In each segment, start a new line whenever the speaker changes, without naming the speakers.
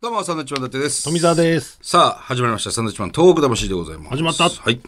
どうも、サンドウィッチマン伊達です。
富澤です。
さあ、始まりました。サンドウィッチマン東北魂でございます。
始まった
はい。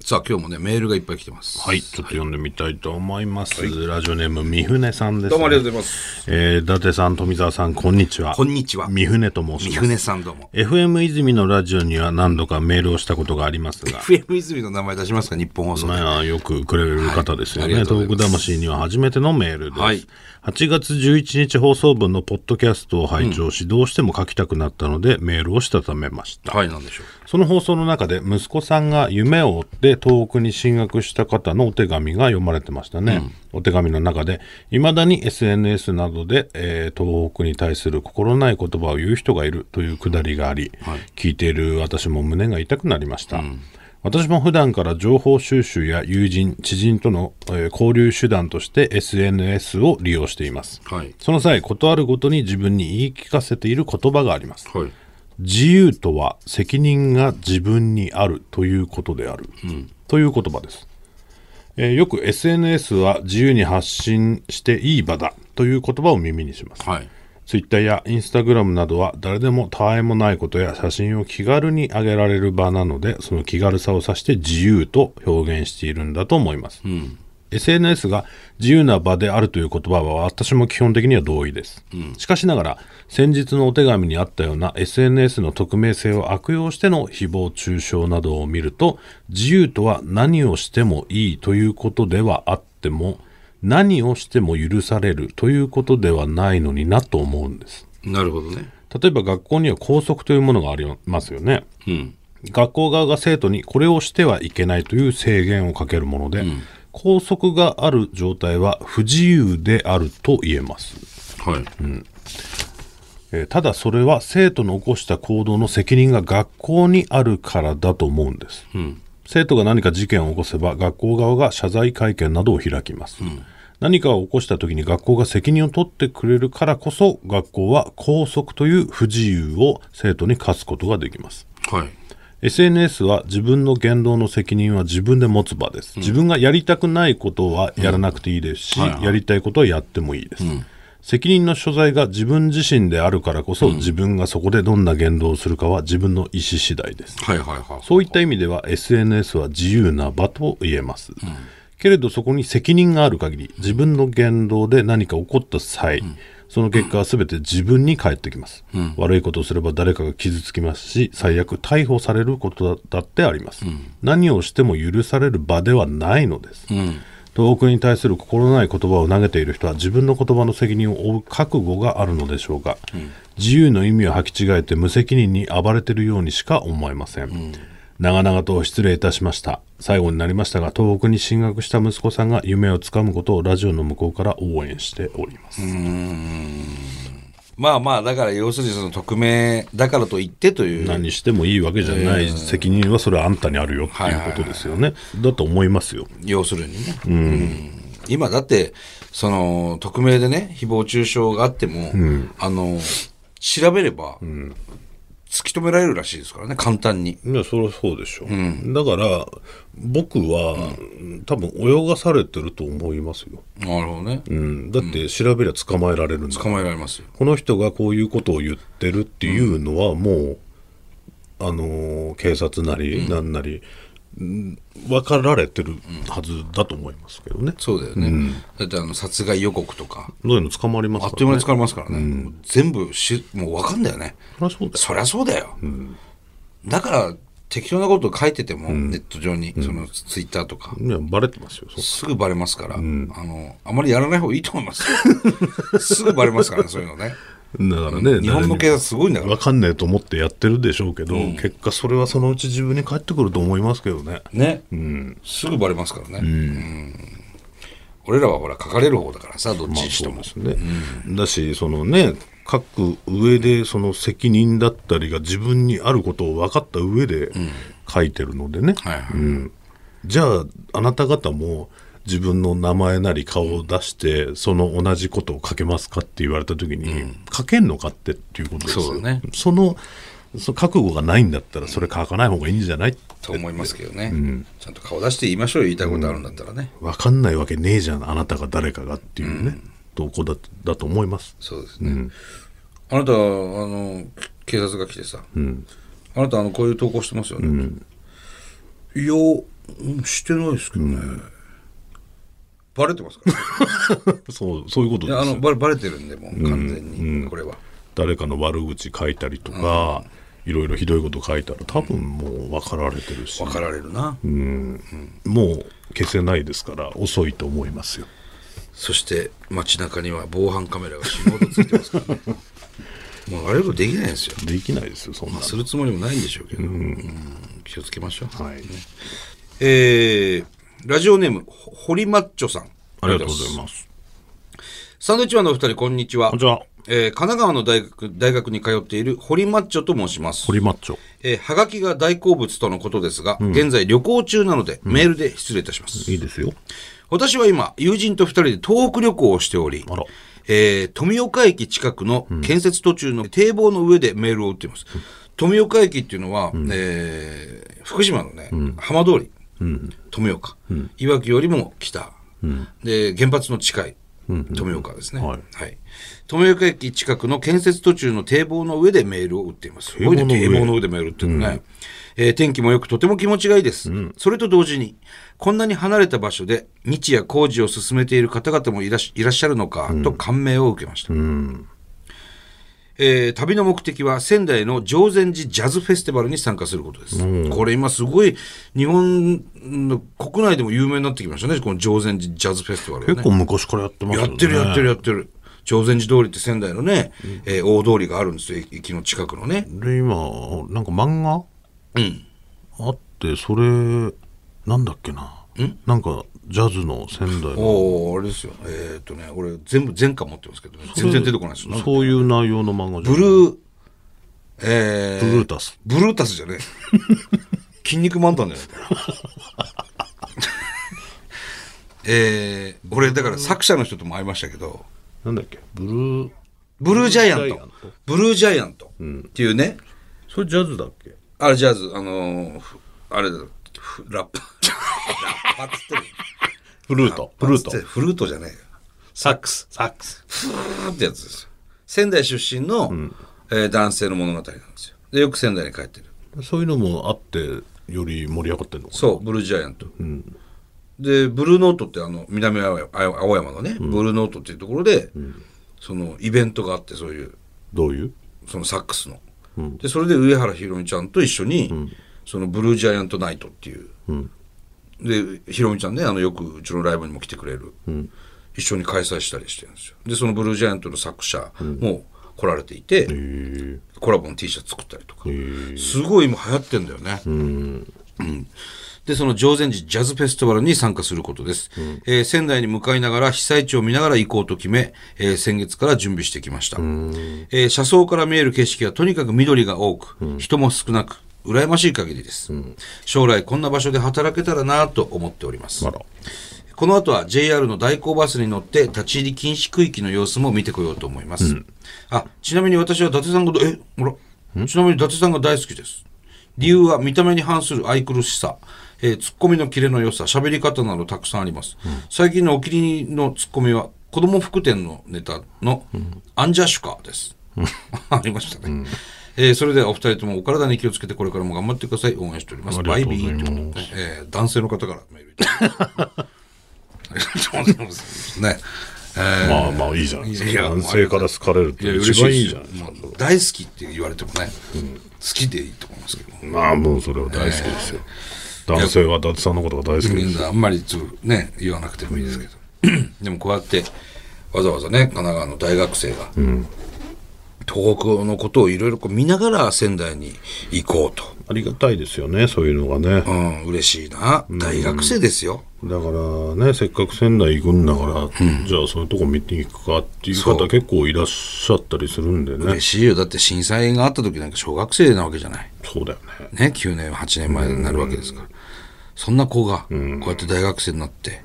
さあ、今日もね、メールがいっぱい来てます。
はい、ちょっと読んでみたいと思います。ラジオネーム、三船さんです、
どうもありがとうございます。
す。えー、伊達さん、富澤さん、こんにちは。
こんにちは。
三船と申し
三
ます。
船さんどうも。
FM 泉のラジオには何度かメールをしたことがありますが、
FM 泉の名前出しますか日本放送で。
まあ、よくくれる方ですよね。
はいありがとうございま
東北
す
魂には初めてのメールです。
はい
8月11日放送分のポッドキャストを拝聴し、どうしても書きたくなったので、メールをしたためました。
はい、なんでしょう。
その放送の中で息子さんが夢を追って東北に進学した方のお手紙が読まれてましたね、お手紙の中でいまだに SNS などで、えー東北に対する心ない言葉を言う人がいるというくだりがあり、聞いている私も胸が痛くなりました、私も普段から情報収集や友人知人との、えー交流手段として SNS を利用しています
はい。
その際事あるごとに自分に言い聞かせている言葉があります
はい。
自由とは責任が自分にあるということである、という言葉です、えーよく SNS は自由に発信していい場だという言葉を耳にします
はい。
Twitter や Instagram などは誰でもたわいもないことや写真を気軽に上げられる場なのでその気軽さを指して自由と表現しているんだと思います、SNS が自由な場であるという言葉は私も基本的には同意です、しかしながら先日のお手紙にあったような SNS の匿名性を悪用しての誹謗中傷などを見ると自由とは何をしてもいいということではあっても何をしても許されるということではないのになと思うんです
なるほどね。
例えば学校には校則というものがありますよね
うん。
学校側が生徒にこれをしてはいけないという制限をかけるもので、校則がある状態は不自由であると言えます、
はい。
えーただそれは生徒の起こした行動の責任が学校にあるからだと思うんです、生徒が何か事件を起こせば学校側が謝罪会見などを開きます、何かを起こした時に学校が責任を取ってくれるからこそ学校は校則という不自由を生徒に課すことができます
はい。
SNS は自分の言動の責任は自分で持つ場です、自分がやりたくないことはやらなくていいですし、
はいはい
やりたいことはやってもいいです、責任の所在が自分自身であるからこそ、自分がそこでどんな言動をするかは自分の意思次第です
はいはいはい。
そういった意味では SNS は自由な場と言えます、けれどそこに責任がある限り自分の言動で何か起こった際、その結果は全て自分に返ってきます、悪いことをすれば誰かが傷つきますし最悪逮捕されることだってあります、何をしても許される場ではないのです、東北に対する心ない言葉を投げている人は自分の言葉の責任を負う覚悟があるのでしょうか、自由の意味を履き違えて無責任に暴れているようにしか思えません、長々と失礼いたしました最後になりましたが東北に進学した息子さんが夢をつかむことをラジオの向こうから応援しております、
まあまあ、だから要するにその匿名だからと言ってという。
何してもいいわけじゃない、責任はそれはあんたにあるよっていうことですよね、だと思いますよ
要するにね、うん今だってその匿名でね誹謗中傷があっても、あの調べれば、突き止められるらしいですからね簡単に
いやそりゃそうでしょう、だから僕は、多分泳がされてると思いますよ、
なるほどね、
うん、だって調べりゃ捕まえられるんだ、
捕まえられますよ
この人がこういうことを言ってるっていうのはもう、あのー警察なりなんなり、うん分かられてるはずだと思いますけどね、
そうだよね、だってあの殺害予告とか
そういうの捕まりま
あっ
すか
という
ら
間
ね
に捕まりますからね、もう全部しもう分かんだよね
そりゃそうだよ
そりゃそうだよ、だから適当なことを書いてても、ネット上に、そのツイッターとか、
いやバレてますよそう
すぐバレますから、あの、あまりやらない方がいいと思います よ。すぐバレますからね、そういうのね。
だからね、
日本の警察すごいんだから
分かんねえと思ってやってるでしょうけど、結果それはそのうち自分に返ってくると思いますけどね
ね。すぐバレますからね。うん俺らはほら、書かれる方だからさ、どっちにして
そう
も
で。すね、だしそのね書く上でその責任だったりが自分にあることを分かった上で書いてるのでね、
はいはい。
じゃああなた方も自分の名前なり顔を出してその同じことを書けますかって言われた時に、書けんのかってっていうことですよ
そうだね
そのその覚悟がないんだったらそれ書かない方がいいんじゃない
と思いますけどね。ちゃんと顔出して言いましょうよ、言いたいことあるんだったらね。
分かんないわけねえじゃんあなたが誰かがっていうね、とこだだと思います
そうですね。あなたあの警察が来てさ、あなたあのこういう投稿してますよね、いやうんしてないですけどね、バレて ますから、
そうそういうこと
い
で
やあ
す
の
よ
バレバレてるんでもう完全に、これは
誰かの悪口書いたりとか、いろいろひどいこと書いたら多分もう分かられてるし
分かられるな、
もう消せないですから遅いと思いますよ
そして街中には防犯カメラが死ぬほどついてますからねもうあれことできないんですよ
できないですよそんなの、
するつもりもないんでしょうけど、うん気をつけましょう、
はい、
えー、ラジオネームほ堀マッチョさん
ありがとうございます
サンドウィッチマンのお二人こんにちは
こんにちは
えー神奈川の大学大学に通っている堀マッチョと申します
堀マッチョ
えー、はがきが大好物とのことですが、現在旅行中なので、メールで失礼いたします。
いいですよ
私は今、友人と二人で東北旅行をしており
あら、
えー富岡駅近くの建設途中の堤防の上でメールを打っています。富岡駅っていうのは、えー福島のね、浜通り、富岡、いわきよりも北、で、原発の近い、富岡ですね、
はい
はい。富岡駅近くの建設途中の堤防の上でメールを打っています。すごいね、堤
堤防の上
防の上でメールっていうのね。えー天気も良くとても気持ちがいいです、それと同時に、こんなに離れた場所で日夜工事を進めている方々もいらしいらっしゃるのか、と感銘を受けました。えー旅の目的は仙台の常禅寺ジャズフェスティバルに参加することです。これ今すごい日本の国内でも有名になってきましたね、この常禅寺ジャズフェスティバル、ね。
結構昔からやってますよ
や
ね
ってるやってるやってる。朝鮮寺通りって仙台のね、えー大通りがあるんですよ、駅駅の近くのね。
で今なんか漫画
うん。
あってそれなんだっけななんかジャズの仙台の
おーあれですよ。えーっとね、俺全部全巻持ってますけどね、全然出てこないですよ。
そういう内容の漫画じゃ
ブ
ん
ルー、えー、
ブルータス
ブルータスじゃねえ。 筋肉マンタンじゃないか。えー、俺だから作者の人とも会いましたけど、
なんだっけブルー
ブルージャイアン
ブルージャイア
ト
ント。
ブルージャイアント。っていうね、
それジャズだっけ
あれジャズ、あのーふあれだ、ふ ラッパ。ラッパっつってる。
フルートフルート
つってフルートじゃないよ。
サックスサックス
ふーってやつですよ。仙台出身の、えー男性の物語なんですよ。で、よく仙台に帰ってる。
そういうのもあってより盛り上がってんのか
そう、ブルージャイアント。で、ブルーノートってあの、南青山青山のね、ブルーノートっていうところで、そのイベントがあって、そういう、
どういう
そのサックスの。で、それで上原ひろみちゃんと一緒に、そのブルージャイアントナイトっていう。で、ひろみちゃんね、あの、よくうちのライブにも来てくれる。一緒に開催したりしてるんですよ。で、そのブルージャイアントの作者も来られていて、
へえ
コラボの T シャツ作ったりとか
へ。え
すごい今流行ってんだよね。うんで、その常禅寺ジャズフェスティバルに参加することです。えー仙台に向かいながら被災地を見ながら行こうと決め、えー先月から準備してきました。えー車窓から見える景色はとにかく緑が多く、人も少なく、羨ましい限りです。将来こんな場所で働けたらなぁと思っております。
あら
この後は JR の代行バスに乗って立ち入り禁止区域の様子も見てこようと思います。あ、ちなみに私は伊達さんが、え、ほら、ちなみに伊達さんが大好きです。理由は見た目に反する愛くるしさ、えーツッコミのキレの良さ、喋り方などたくさんあります。最近のお気に入りのツッコミは、子供服店のネタのアンジャッシュカーです。 ありましたね。えーそれではお二人ともお体に気をつけてこれからも頑張ってください。応援しております。
ありが
バ
と
イ
うござ
ビ
い
ー
ます
ってことね。えー男性の方からメールいただきましたありがとうございます。ね。えー
まあまあいいじゃないです
いや
か男性から好かれるって
いや、
一
嬉しい
番
で
い
す
いじゃ
よ
ないですか
もう大好きって言われてもね、好きでいいと思いますけど、
まあもうそれは大好きですよ男性は伊達さんのことが大好きで
みん
す
なあんまりちょっとね、言わなくてもいいですけど。でもこうやって、わざわざね、神奈川の大学生が、東北のことをいろいろこう見ながら仙台に行こうと。
ありがたいですよねそういうのがね
うん、嬉しいな。大学生ですよ。
だからねせっかく仙台行くんだからじゃあそういうとこ見に行くかっていう
そ
方
う
結構いらっしゃったりするんでね
嬉しいよ。だって震災があった時なんか小学生なわけじゃない。
そうだよね
ね、9年、8年前になるわけですから。そんな子が、こうやって大学生になって、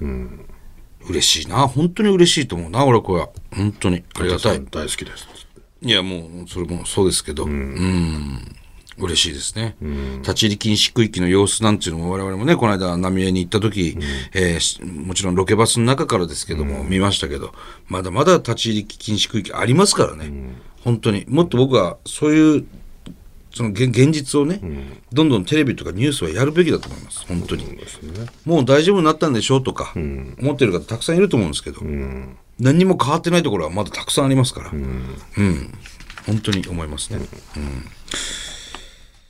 嬉しいな。本当に嬉しいと思うな、俺はこれは。本当に。ありがた
伊
い。
達さん大好きです
いや、もう、それもそうですけど、うん。嬉しいですね、立ち入り禁止区域の様子なんていうのも我々もねこの間浪江に行った時、えーしもちろんロケバスの中からですけども、見ましたけどまだまだ立ち入り禁止区域ありますからね、本当にもっと僕はそういうその現現実をね、どんどんテレビとかニュースはやるべきだと思います本当に、もう大丈夫になったんでしょうとか、思ってる方たくさんいると思うんですけど、何にも変わってないところはまだたくさんありますから、うん、本当に思いますね。うん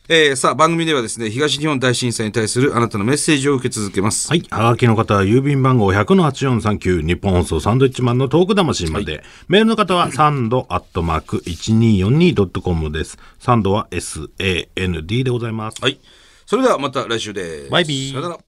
えーさあ、番組ではですね、東日本大震災に対するあなたのメッセージを受け続けます。
はい。はがきの方は郵便番号100-8439日本放送サンドイッチマンのトーク魂まで。メールの方はサンドアットマーク 1242.com です。サンドは SAND でございます。
はい。それではまた来週です。
バイビー
さよなら。